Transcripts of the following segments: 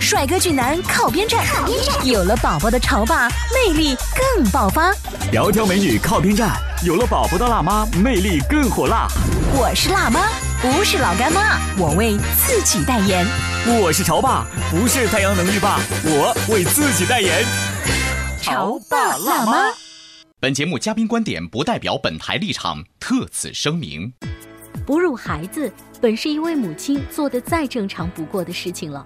帅哥俊男靠边站，靠边站。有了宝宝的潮爸魅力更爆发，窈窕美女靠边站，有了宝宝的辣妈魅力更火辣。我是辣妈，不是老干妈，我为自己代言。我是潮爸，不是太阳能浴霸，我为自己代言。潮爸辣妈。本节目嘉宾观点不代表本台立场，特此声明。哺乳孩子本是一位母亲做的再正常不过的事情了，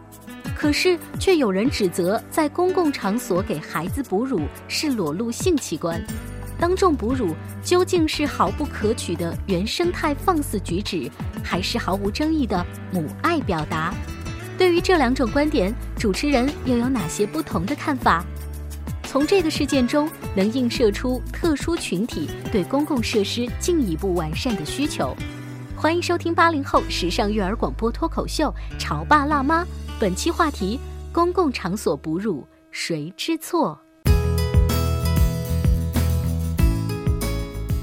可是却有人指责在公共场所给孩子哺乳是裸露性器官。当众哺乳究竟是毫不可取的原生态放肆举止，还是毫无争议的母爱表达？对于这两种观点，主持人又有哪些不同的看法？从这个事件中，能映射出特殊群体对公共设施进一步完善的需求。欢迎收听八零后时尚育儿广播脱口秀《潮爸辣妈》，本期话题：公共场所哺乳谁知错？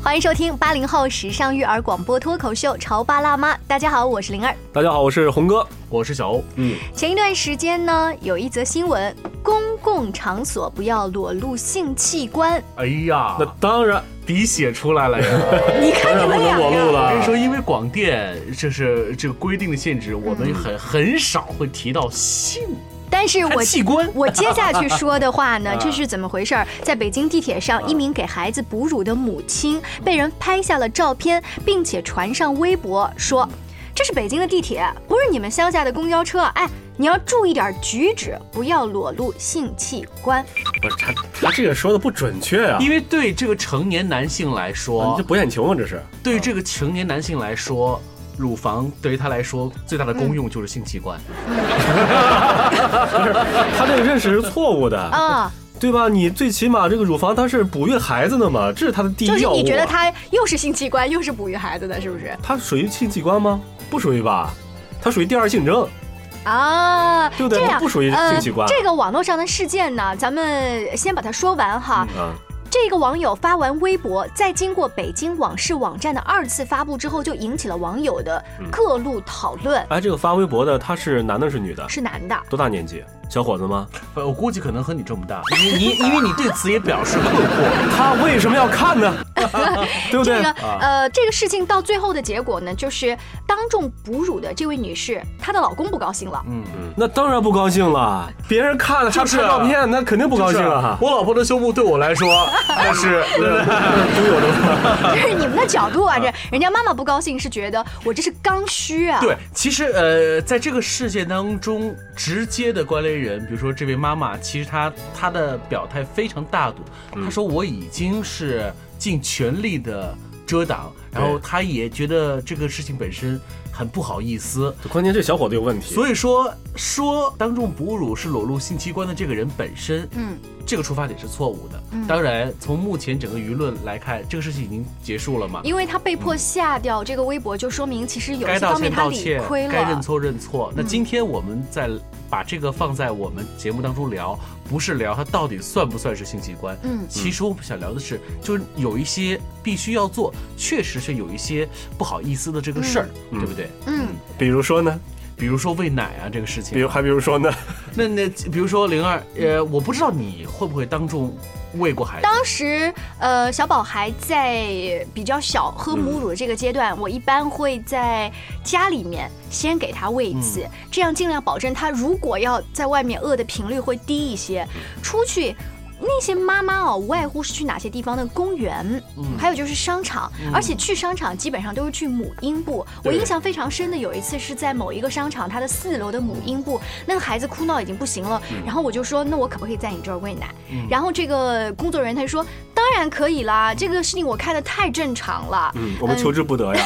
欢迎收听八零后时尚育儿广播脱口秀《潮爸辣妈》。大家好，我是灵儿。大家好，我是红哥。我是小欧。嗯，前一段时间呢，有一则新闻：公共场所不要裸露性器官。哎呀，那当然，鼻血出来了 呀！你看你不们能两裸露个，了。我跟了你说，因为广电这是这个规定的限制，我嗯们很很少会提到性但是我器官。，我接下去说的话 呢这是怎么回事儿？在北京地铁上，一名给孩子哺乳的母亲被人拍下了照片，并且传上微博说：“这是北京的地铁，不是你们乡下的公交车。哎，你要注意点举止，不要裸露性器官。 不是他，他这个说的不准确啊，因为对这个成年男性来啊说这，博眼球啊，这是。对这个成年男性来说，乳房对于他来说最大的嗯功用就是性器官。他这个认识是错误的啊，对吧？你最起码这个乳房它是哺育孩子的嘛，这是他的第一就是要务啊。你觉得它又是性器官，又是哺育孩子的，是不是？它属于性器官吗？不属于吧，它属于第二性征。啊，对不对这样不属于性器官呃。这个网络上的事件呢，咱们先把它说完哈。嗯啊，这个网友发完微博，在经过北京网视网站的二次发布之后，就引起了网友的嗯各路讨论。哎，这个发微博的他是男的，是女的？是男的，多大年纪？小伙子吗？呃我估计可能和你这么大，你 你因为你对此也表示困惑。他为什么要看 呢？对不对这个、？啊呃，这个事情到最后的结果呢，就是当众哺乳的这位女士，她的老公不高兴了。 嗯，那当然不高兴了，啊别人看了他就是拍照片，那肯定 不高兴啊了哈就是。我老婆的胸部对我来说，那 是 对不对？这是你们的角度啊，这人家妈妈不高兴是觉得我这是刚需啊。对，其实呃，在这个事件当中，直接的关联人，比如说这位妈妈，其实她她的表态非常大度，她说我已经是尽全力的遮挡，然后对她也觉得这个事情本身很不好意思，关键这小伙子有问题，所以说说当众哺乳是裸露性器官的这个人本身，嗯，这个出发点是错误的。当然，从目前整个舆论来看，这个事情已经结束了嘛。因为她被迫下掉这个微博，就说明其实有该些道方歉面她道理歉，亏该认了。嗯错认错。那今天我们再把这个放在我们节目当中聊，不是聊它到底算不算是性器官。嗯其实我们想聊的是，就是有一些必须要做，确实是有一些不好意思的这个事儿，嗯对不对？嗯，比如说呢，比如说喂奶啊这个事情，比如还比如说呢，那那比如说灵儿，呃，我不知道你会不会当众喂过孩子。当时，呃，小宝还在比较小喝母乳的这个阶段，我一般会在家里面先给他喂一次，这样尽量保证他如果要在外面饿的频率会低一些。出去，那些妈妈哦，无外乎是去哪些地方的公园，嗯还有就是商场，而且去商场基本上都是去母婴部。我对印象非常深的有一次是在某一个商场，它的四楼的母婴部，那个孩子哭闹已经不行了，然后我就说，那我可不可以在你这儿喂奶？然后这个工作人员他就说，当然可以啦，这个事情我看的太正常了。嗯，我们求之不得呀。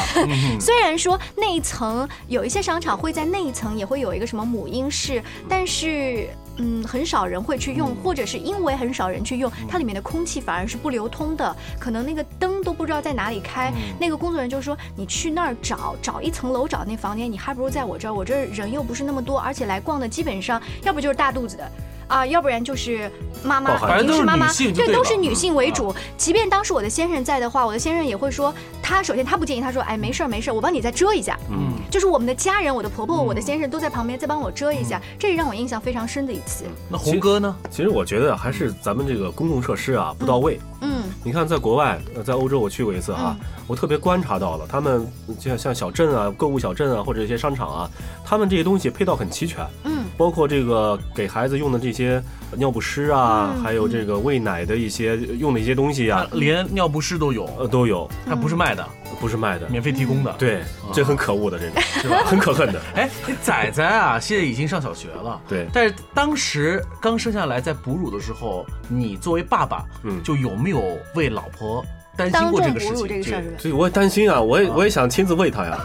虽然说那一层有一些商场会在那一层也会有一个什么母婴室，但是嗯很少人会去用，或者是因为很少人去用，它里面的空气反而是不流通的，可能那个灯都不知道在哪里开。那个工作人员就说：“你去那儿找，找一层楼找那房间，你还不如在我这儿，我这儿人又不是那么多，而且来逛的基本上要不就是大肚子的。”啊，要不然就是妈妈，抱孩子一定妈妈，哦反正都是女性就对都是了嗯女性为主。即便当时我的先生在的话，我的先生也会说，他首先他不建议，他说，哎，没事儿没事儿，我帮你再遮一下。嗯，就是我们的家人，我的婆婆，我的先生都在旁边再帮我遮一下，嗯这也让我印象非常深的一次。那红哥呢？其实我觉得还是咱们这个公共设施啊不到位。嗯你看，在国外，呃，在欧洲我去过一次哈，我特别观察到了，他们就像像小镇啊、购物小镇啊，或者一些商场啊，他们这些东西配套很齐全，嗯包括这个给孩子用的这些尿不湿啊，嗯还有这个喂奶的一些用的一些东西啊啊，，连尿不湿都有，嗯呃，都有，它不是卖的，不是卖的，免费提供的。，嗯对，这很可恶的，这个是吧？很可恨的，哎，你仔仔啊，现在已经上小学了。对但是当时刚生下来在哺乳的时候，你作为爸爸，嗯就有没有为老婆担心当过这众个事哺乳情？这个事儿是吧？所以我也担心啊，我也我也想亲自喂它呀，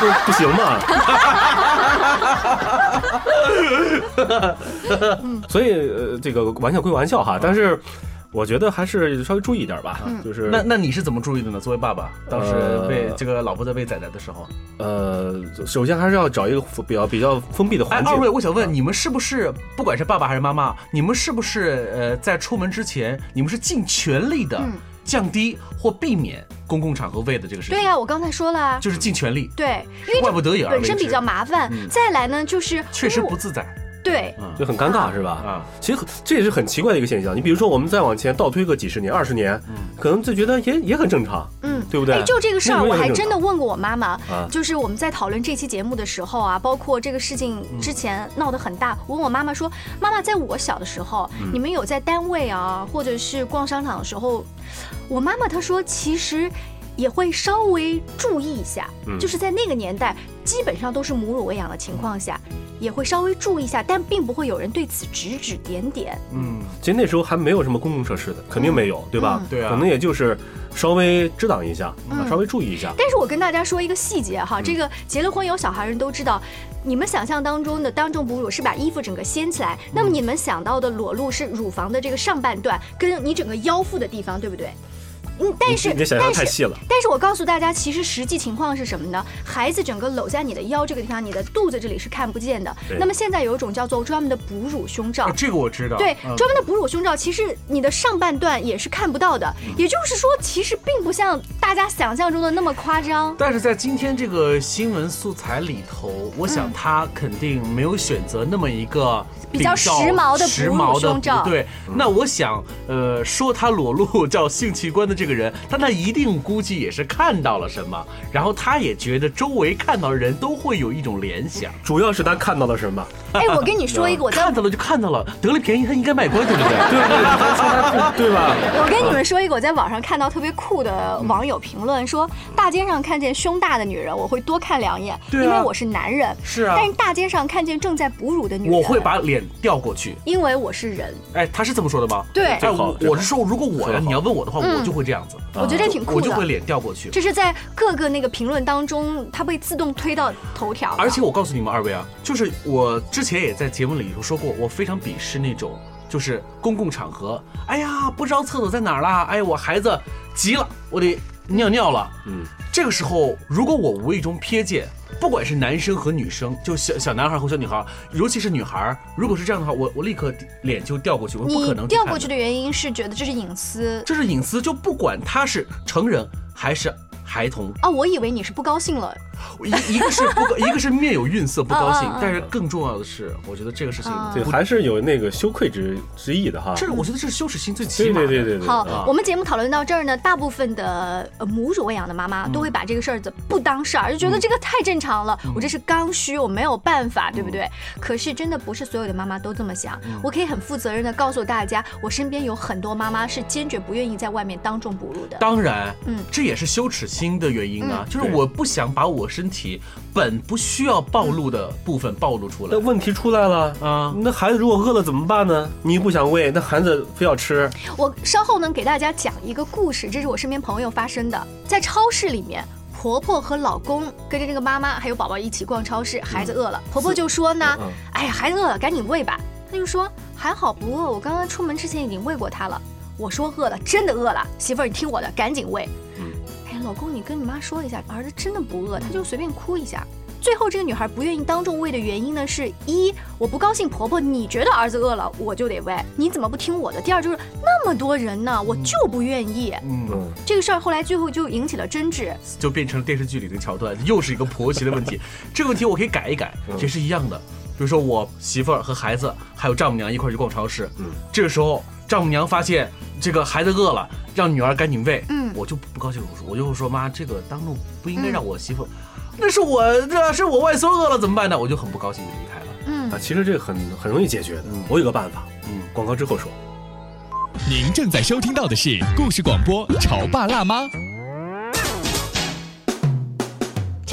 这这不行嘛。所以呃，这个玩笑归玩笑哈，但是我觉得还是稍微注意一点吧，就是那那你是怎么注意的呢？作为爸爸，当时呃被这个老婆在喂仔仔的时候，呃，首先还是要找一个比较比较封闭的哎环，境。啊二位，我想问，你们是不是不管是爸爸还是妈妈，你们是不是呃在出门之前，你们是尽全力的嗯降低或避免公共场合喂的这个事情？对呀、我刚才说了啊，就是尽全力，对，因为怪不这得已而为本之身比较麻烦。再来呢，就是嗯确实因为不我自在对，就很尴尬是吧？啊。其实很这也是很奇怪的一个现象。你比如说，我们再往前倒推个几十年、二十年，可能就觉得也也很正常，嗯对不对哎，就这个事儿，那种也我很还正真的常问过我妈妈啊，就是我们在讨论这期节目的时候啊，包括这个事情之前闹得很嗯大，我问我妈妈说：“妈妈，在我小的时候，你们有在单位啊，或者是逛商场的时候，我妈妈她说其实。”也会稍微注意一下，嗯就是在那个年代，基本上都是母乳喂养的情况下，也会稍微注意一下，但并不会有人对此指指点点。嗯，其实那时候还没有什么公共设施的，肯定没有，对吧嗯？对啊可能也就是稍微遮挡一下，嗯稍微注意一下。但是我跟大家说一个细节嗯哈，这个结了婚有小孩的人都知道，你们想象当中的当众哺乳是把衣服整个掀起嗯来，那么你们想到的裸露是乳房的这个上半段跟你整个腰腹的地方，对不对？嗯，但是你这想象但太是细了，但是我告诉大家，其实实际情况是什么呢？孩子整个搂在你的腰这个地方，你的肚子这里是看不见的对。那么现在有一种叫做专门的哺乳胸罩啊，，这个我知道。对嗯，专门的哺乳胸罩，其实你的上半段也是看不到的。也就是说，其实并不像大家想象中的那么夸张。但是在今天这个新闻素材里头，我想他肯定没有选择那么一个比较顶罩时髦的时哺乳髦的胸罩对，那我想，呃，说他裸露叫性器官的这个人，但他一定估计也是看到了什么，然后他也觉得周围看到的人都会有一种联想，主要是他看到了什么？ 哎，我跟你说一个，我在看到了就看到了，得了便宜他应该卖乖，对不对？对吧？对吧？我跟你们说一个，我在网上看到特别酷的网友评论说，大街上看见胸大的女人，我会多看两眼，对啊因为我是男人。是啊但是大街上看见正在哺乳的女人，我会，把脸调过去。因为我是人。哎，他是这么说的吗？对哎，我这个好我是说，如果我要这个好你要问我的话，嗯我就会这样子，我觉得这挺酷啊我就会的。脸调过去。这是在各个那个评论当中，它被自动推到头条的。而且我告诉你们二位啊，就是我之前也在节目里头说过，我非常鄙视那种就是公共场合，哎呀，不知道厕所在哪儿啦，哎，我孩子急了，我得尿尿了。嗯，这个时候如果我无意中瞥见。不管是男生和女生，就小小男孩和小女孩，尤其是女孩，如果是这样的话，我我立刻脸就掉过去，我不你可能调看过的去的原因是觉得这是隐私这是隐私，就不管他是成人还是孩童，哦，我以为你是不高兴了。一一个是不高，一个是面有愠色不高兴嗯嗯嗯，但是更重要的是，我觉得这个事情嗯，对，还是有那个羞愧之之意的哈。这是我觉得这是羞耻心最起对码对的。啊对对对。啊好，我们节目讨论到这儿呢，大部分的呃母乳喂养的妈嗯妈都会把这个事儿子不当事儿，就觉得这个太正常了，我这是刚需，我没有办法，对不嗯对？可是真的不是所有的妈妈都这么想。我可以很负责任的告诉大家，我身边有很多妈妈是坚决不愿意在外面当众哺乳的。当然，嗯这也是羞耻心的原因啊，就是对我不想把我身体本不需要暴露的部分暴露出那来问题出来了，啊。那孩子如果饿了怎么办呢？你不想喂，那孩子非要吃，我稍后呢给大家讲一个故事，这是我身边朋友发生的，在超市里面。婆婆和老公跟嗯着这个妈妈还有宝宝一起逛超市，孩子饿了，婆婆就说呢：“哎呀，孩子饿了，赶紧喂吧。”他就说还好不饿，我刚刚出门之前已经喂过它了。我说饿了，真的饿了，媳妇儿你听我的，赶紧喂。哎，老公你跟你妈说一下，儿子真的不饿，他就随便哭一下。最后这个女孩不愿意当众喂的原因呢，是一我不高兴，婆婆你觉得儿子饿了我就得喂，你怎么不听我的？第二就是那么多人呢，我就不愿意。嗯，嗯，这个事儿后来最后就引起了争执，就变成了电视剧里的桥段，又是一个婆媳的问 题。这个问题我可以改一改，嗯也是一样的。比如说我媳妇儿和孩子还有丈母娘一块儿去逛超市，嗯这个时候丈母娘发现这个孩子饿了，让女儿赶紧喂，嗯我就不高兴，我说我就说妈，这个当众不嗯应该让我媳妇儿，那是我这是我外孙饿了怎么办呢？我就很不高兴就离开了。嗯啊，其实这个很很容易解决的嗯。我有个办法，嗯，广告之后说。您正在收听到的是故事广播《潮爸辣妈》。 《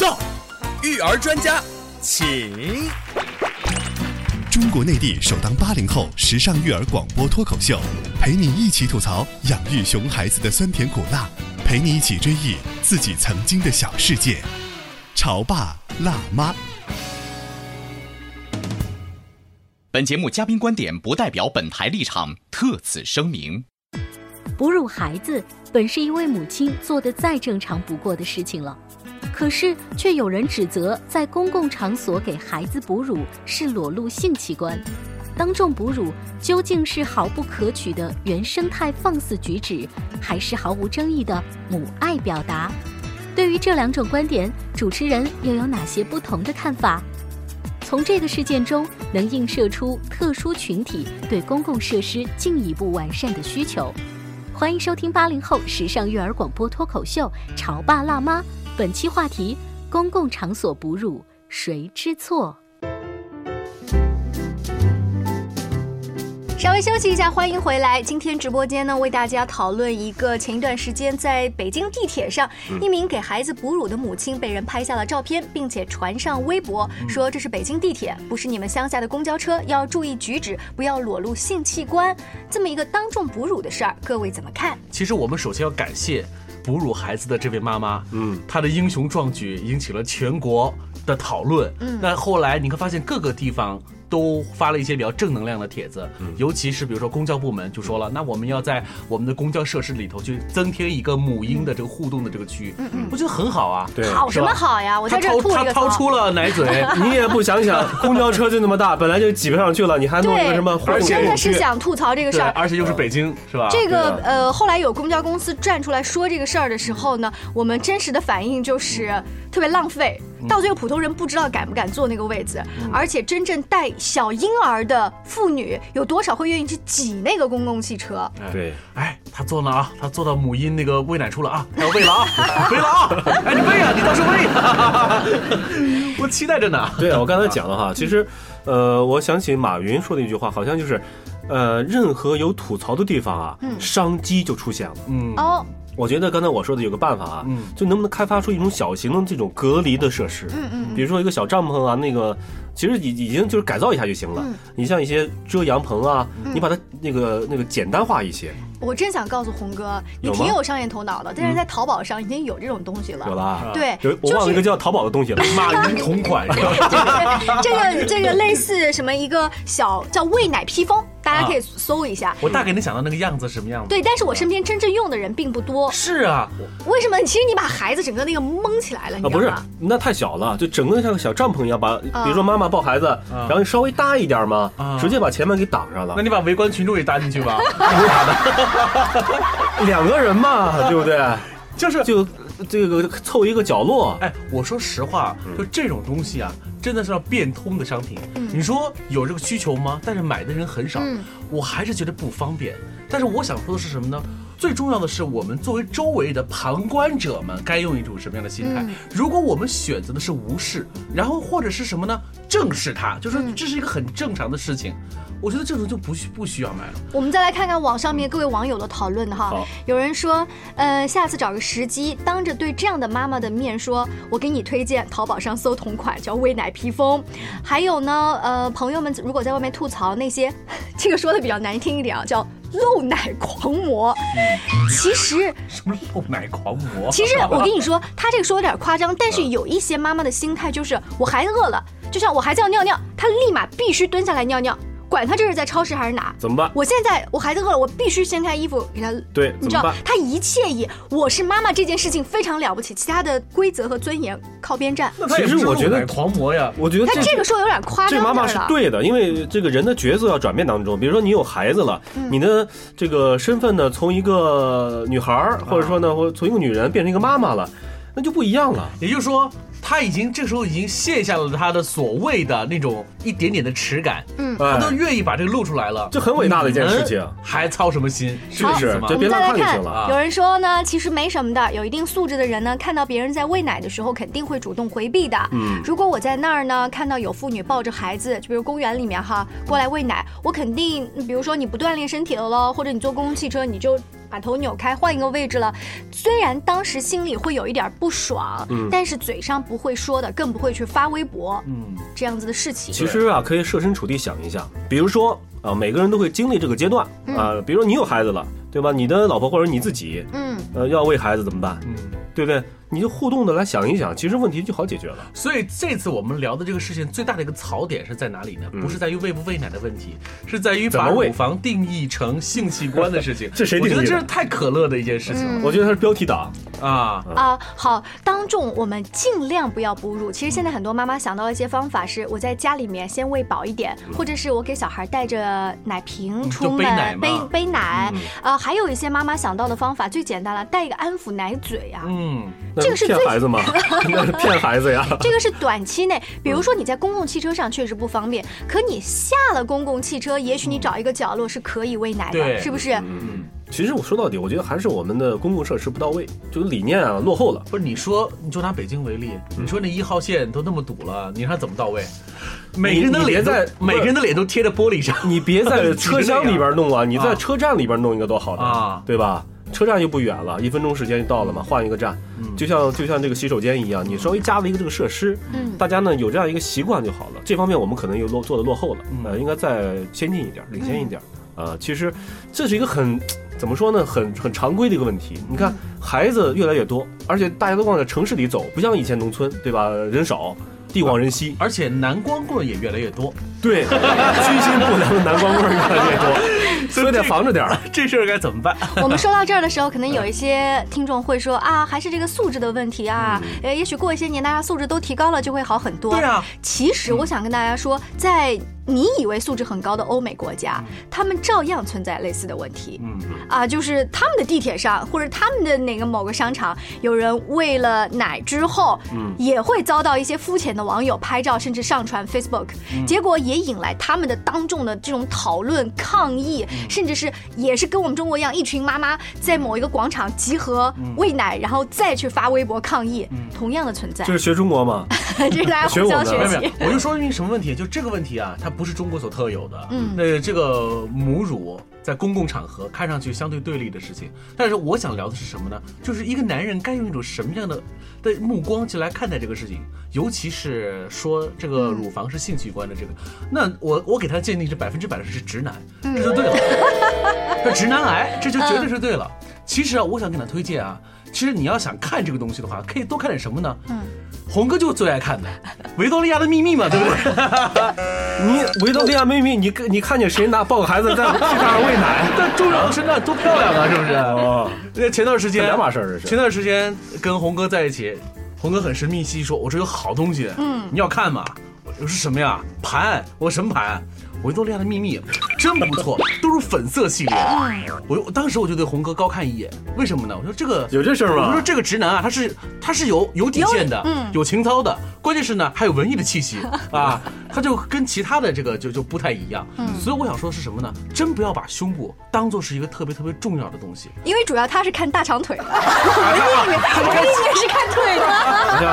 到，育儿专家，请。中国内地首档八零后时尚育儿广播脱口秀，陪你一起吐槽养育熊孩子的酸甜苦辣，陪你一起追忆自己曾经的小世界。潮爸辣妈，本节目嘉宾观点不代表本台立场，特此声明。哺乳孩子本是一位母亲做的再正常不过的事情了，可是却有人指责在公共场所给孩子哺乳是裸露性器官。当众哺乳究竟是毫不可取的原生态放肆举止，还是毫无争议的母爱表达？对于这两种观点，主持人又有哪些不同的看法？从这个事件中能映射出特殊群体对公共设施进一步完善的需求。欢迎收听八零后时尚育儿广播脱口秀《潮爸辣妈》，本期话题：公共场所哺乳谁知错？稍微休息一下，欢迎回来。今天直播间呢，为大家讨论一个前一段时间在北京地铁上，嗯一名给孩子哺乳的母亲被人拍下了照片，并且传上微博，嗯说这是北京地铁，不是你们乡下的公交车，要注意举止，不要裸露性器官。这么一个当众哺乳的事儿，各位怎么看？其实我们首先要感谢哺乳孩子的这位妈妈，嗯，她的英雄壮举引起了全国的讨论。嗯那后来你会发现各个地方。都发了一些比较正能量的帖子，嗯尤其是比如说公交部门就说了，那我们要在我们的公交设施里头去增添一个母婴的这个互动的这个区域，嗯嗯，我觉得很好啊。对好什么好呀？我他在这儿掏吐了一他个掏槽。出了奶嘴， 你也不想想，公交车就那么大，本来就挤不上去了，你还弄一个对什么活而动且区真的是想吐槽这个对，事儿，而且又是北京，是吧？这个对啊呃，后来有公交公司站出来说这个事儿的时候呢，我们真实的反应就是特别浪费，嗯到最后普通人不知道敢不敢坐那个位置，而且真正带小婴儿的妇女有多少会愿意去挤那个公共汽车？对，哎，他做了啊，他做到母婴那个喂奶处了啊，他要喂了 啊，喂了啊，哎，你喂啊，你倒是喂、啊 我期待着呢。 对啊，我刚才讲嗯了哈，其实，呃，我想起马云说的一句话，好像就是，呃，任何有吐槽的地方啊，嗯商机就出现了。嗯，哦，我觉得刚才我说的有个办法啊，嗯就能不能开发出一种小型的这种隔离的设施，嗯嗯比如说一个小帐篷啊，那个其实已已经就是改造一下就行了。嗯你像一些遮阳棚啊，你把它那个那个简单化一些，我真想告诉红哥，你有吗嗯挺有商业头脑的，但是在淘宝上已经有这种东西了。有了啊。嗯对，有我就忘了一是个叫淘宝的东西了，马云同款是吧？这个 这个类似什么一个小叫喂奶披风，大啊家可以搜一下。我大概能想到那个样子是什么样子。对，但是我身边真正用的人并不多。是啊，为什么？其实你把孩子整个那个蒙起来了，你知啊，道不是吗？，那太小了，就整个像个小帐篷一样，把啊比如说妈妈抱孩子，然后稍微搭一点嘛啊，直接把前面给挡上了那，你把围观群众也搭进去吧。两个人嘛， 对不对？ 就是就这个凑一个角落，哎，我说实话，嗯就这种东西啊，真的是要变通的商品。你说有这个需求吗？但是买的人很少，嗯我还是觉得不方便。但是我想说的是什么呢？最重要的是，我们作为周围的旁观者嗯们，该用一种什么样的心态？如果我们选择的是无视，然后或者是什么呢？正视它，就说嗯这是一个很正常的事情。我觉得这种就不需不需要买了。我们再来看看网上面各位网友的讨论哈好，有人说，呃，下次找个时机，当着对这样的妈妈的面说，我给你推荐淘宝上搜同款叫喂奶披风。还有呢，呃，朋友们如果在外面吐槽那些， 这个说的比较难听一点啊，叫露奶狂魔。嗯其实什么露奶狂魔？其 实我跟你说，他这个说有点夸张，但是有一些妈妈的心态就是，我还饿了，就像我孩子要尿尿，他立马必须蹲下来尿尿，管他这是在超市还是哪。怎么办？我现在我孩子饿了，我必须掀开衣服给他。对，你怎知么道办？他一切以我是妈妈这件事情非常了不起，其他的规则和尊严靠边站。其实我觉得狂魔呀，我觉得他这个说有点夸张这点妈儿妈是了。对的，因为这个人的角色要转变当中，比如说你有孩子了，嗯你的这个身份呢，从一个女孩儿，或者说呢，或者从一个女人变成一个妈妈了，那就不一样了。也就是说，他已经这时候已经卸下了他的所谓的那种一点点的耻感，嗯他都哎愿意把这个露出来了，这很伟大的一件事情你们还操什么心？是好这意思吗？我们再来看，啊有人说呢，其实没什么的。有一定素质的人呢，看到别人在喂奶的时候，肯定会主动回避的。嗯如果我在那儿呢，看到有妇女抱着孩子，就比如公园里面哈，过来喂奶，我肯定，比如说你不锻炼身体了咯，或者你坐公共汽车，你就把头扭开换一个位置了。虽然当时心里会有一点不爽，嗯但是嘴上不会说的，更不会去发微博，嗯，这样子的事情。其实啊，可以设身处地想一下，比如说啊，每个人都会经历这个阶段嗯啊，比如说你有孩子了，对吧？你的老婆或者你自己，嗯，呃，要喂孩子怎么办？对不对？你就互动的来想一想，其实问题就好解决了。所以这次我们聊的这个事情最大的一个槽点是在哪里呢？嗯不是在于喂不喂奶的问题，是在于把怎么喂乳房定义成性器官的事情。这谁我定义觉的得这是太可乐的一件事情了。嗯我觉得它是标题党啊啊，好，当众我们尽量不要哺乳。其实现在很多妈妈想到一些方法是，我在家里面先喂饱一点，或者是我给小孩带着奶瓶嗯出就背奶门嘛嗯背背奶。呃，还有一些妈妈想到的方法最简单了，带一个安抚奶嘴啊。嗯，那这个是骗最孩 子吗？那是骗孩子呀。这个是短期内，嗯比如说你在公共汽车上确实不方便，可你下了公共汽车，也嗯许你找一个角落是可以喂奶的，是不是？嗯，其实我说到底，我觉得还是我们的公共设施不到位，就是理念啊落后了。不是你说，你就拿北京为例，嗯你说那一号线都那么堵了，你让它怎么到位？每个人的你你别脸都在每个人的脸都贴着玻璃上， 你别在车厢里边弄啊，你在车站里边弄一个多好的啊，对吧？车站又不远了，一分钟时间就到了嘛，换一个站，就像就像这个洗手间一样，你稍微加了一个这个设施，嗯大家呢有这样一个习惯就好了。这方面我们可能又落做的落后了，呃，应该再先进一点，领先一点。呃，其实这是一个很怎么说呢，很很常规的一个问题。你看，孩子越来越多，而且大家都往在城市里走，不像以前农村，对吧？人少，地广人稀，而且男光棍也越来越多。对，居心不良的男光棍越来越多，所以得防着点儿。这事儿该怎么办？ 我们说到这儿的时候，可能有一些听众会说啊，还是这个素质的问题啊。呃，也许过一些年，大家素质都提高了，就会好很嗯多。对啊其实我想跟大家说，在你以为素质很高的欧美国家，嗯他们照样存在类似的问题。嗯啊，就是他们的地铁上，或者他们的哪个某个商场，有人喂了奶之后，嗯也会遭到一些肤浅的网友拍照，甚至上传 Facebook，、嗯结果也引来他们的当众的这种讨论、抗议，甚至是也是跟我们中国一样，一群妈妈在某一个广场集合嗯喂奶，然后再去发微博抗议，同样的存在这。是学中国嘛？这是大家互相学习没有没有我就说明什么问题，就这个问题啊，它不是中国所特有的。嗯那这个母乳在公共场合看上去相对对立的事情，但是我想聊的是什么呢？就是一个男人该用一种什么样的的目光去来看待这个事情，尤其是说这个乳房是性器官的这个，嗯那我我给他鉴定是百分之百的是直男，这就对了。这直男癌，这就绝对是对了。嗯其实啊，我想给他推荐啊，其实你要想看这个东西的话，可以多看点什么呢？嗯，红哥就最爱看的《维多利亚的秘密》嘛，对不对？ 你维多利亚秘密，你你看见谁拿抱个孩子在 地上喂奶？但中长身段多漂亮啊，是不是？哦，那前段时间这两码事儿这是前段时间跟红哥在一起，红哥很神秘兮兮说：“我这有好东西，嗯你要看吗？”我说是什么呀？盘？我说什么盘？维多利亚的秘密》真不错，都是粉色系列。我我当时我就对红哥高看一眼，为什么呢？我说这个有这事儿吗我说这个直男啊，他是他是有有底线的有，嗯有情操的，关键是呢还有文艺的 气息啊，他就跟其他的这个就就不太一样。嗯所以我想说的是什么呢？真不要把胸部当做是一个特别特别重要的东西。因为主要他是看大长腿的， 我以为我以为是看腿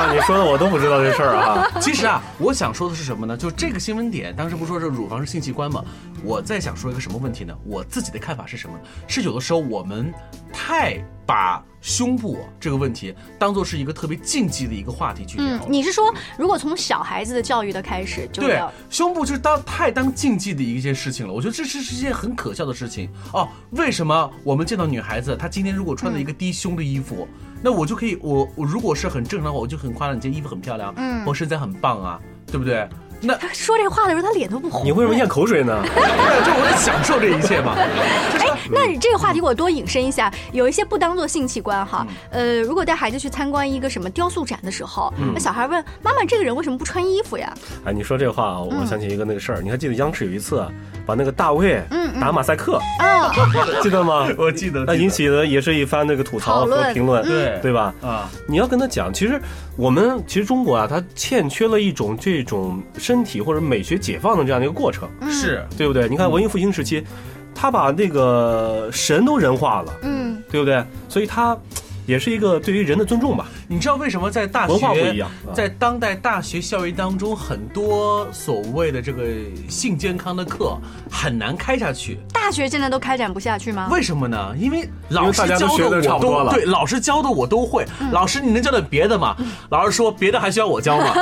的。你说的我都不知道这事儿啊。 其实啊，我想说的是什么呢？就这个新闻点，当时不说是乳房是性器官吗？我在想说一个什么问题呢？我自己的看法是什么？是有的时候我们太把胸部这个问题当做是一个特别禁忌的一个话题去聊。嗯，你是说如果从小孩子的教育的开始就对要，胸部就是当太当禁忌的一件事情了。我觉得这是是一件很可笑的事情哦。为什么我们见到女孩子，她今天如果嗯穿了一个低胸的衣服，那我就可以，我我如果是很正常的话，我就很夸奖你这衣服很漂亮，嗯我身材很棒啊，对不对？那 他说这话的时候，他脸都不红。你为什么咽口水呢？就我在享受这一切嘛。 哎，那你这个话题我多引申一下，有一些不当做性器官哈，呃，如果带孩子去参观一个什么雕塑展的时候，嗯那小孩问妈妈这个人为什么不穿衣服呀？哎，你说这话啊，我嗯想起一个那个事儿，你还记得央视有一次啊把那个大卫嗯嗯打马赛克，啊，记得吗？我记得，那引起了也是一番那个吐槽讨论和评论，嗯对吧？啊，你要跟他讲，其实我们其实中国啊，它欠缺了一种这种身体或者美学解放的这样的一个过程，嗯是对不对？你看文艺复兴时期，他把那个神都人化了，嗯，对不对？所以他也是一个对于人的尊重吧。你知道为什么在大学文化不一样啊在当代大学校园当中，很多所谓的这个性健康的课很难开下去？大学现在都开展不下去吗？为什么呢？因为老师因为大家都教学的得差我不多都了对，老师教的我都会。老师，你能教点别的吗？老师说别的还需要我教吗？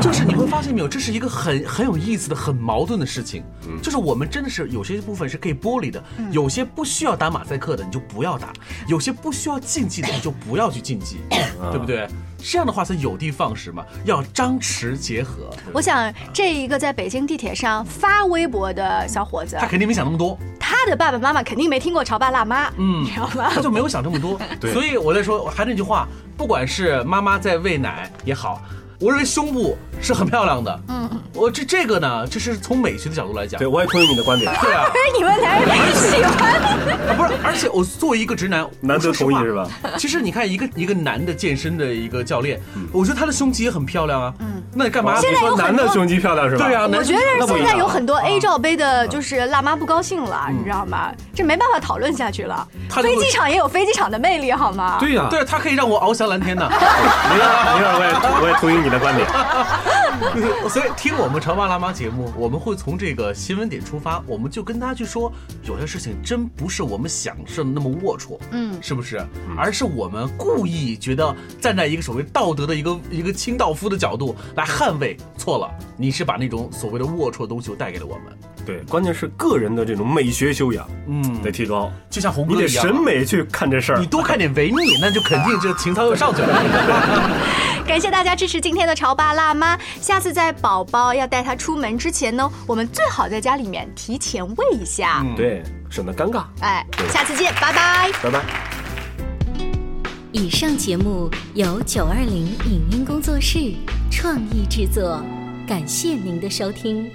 就是你会发现没有，这是一个很很有意思的、很矛盾的事情。嗯就是我们真的是有些部分是可以剥离的，有些不需要打马赛克的你就不要打，有些不需要禁忌的你就不要去禁忌，嗯对不对？这样的话才有的放矢嘛，要张弛结合。我想这一个在北京地铁上发微博的小伙子，他肯定没想那么多，他的爸爸妈妈肯定没听过潮爸辣妈，嗯你知道吗？ 他就没有想这么多。 对所以我在说，还是那句话，不管是妈妈在喂奶也好，我认为胸部是很漂亮的。嗯，我这这个呢，这是从美学的角度来讲。对，我也同意你的观点。 对啊，可是你们男人喜欢，啊不是，而且我作为一个直男，难得我说实话同意是吧？其实你看，一个一个男的健身的一个教练，嗯我觉得他的胸肌也很漂亮啊。嗯，那你干嘛？现在有很多男的胸肌漂亮是吧？对啊，啊我男觉得那不一现样在有很多 A 罩杯的，就是辣妈不高兴了，你知道吗？这没办法讨论下去了。他就飞会机场也有飞机场的魅力，好吗？对呀、啊对，啊他可以让我翱翔蓝天呢。你看，你看，我也我 也同意你的观点。 所以听我们《潮爸辣妈》节目，我们会从这个新闻点出发，我们就跟大家去说，有些事情真不是我们想象的那么龌龊，嗯是不是？而是我们故意觉得站在一个所谓道德的一个一个清道夫的角度来捍卫，错了，你是把那种所谓的龌龊的东西又带给了我们，对，关键是个人的这种美学修养嗯得，提高，就像红你哥得一样，审美去看这事儿你。多看点维密，那就肯定这情操又上去 了。感谢大家支持今天的潮爸辣妈。下次在宝宝要带他出门之前呢，我们最好在家里面提前喂一下。嗯，对，省得尴尬。哎，下次见，拜拜。拜拜。以上节目由九二零影音工作室创意制作，感谢您的收听。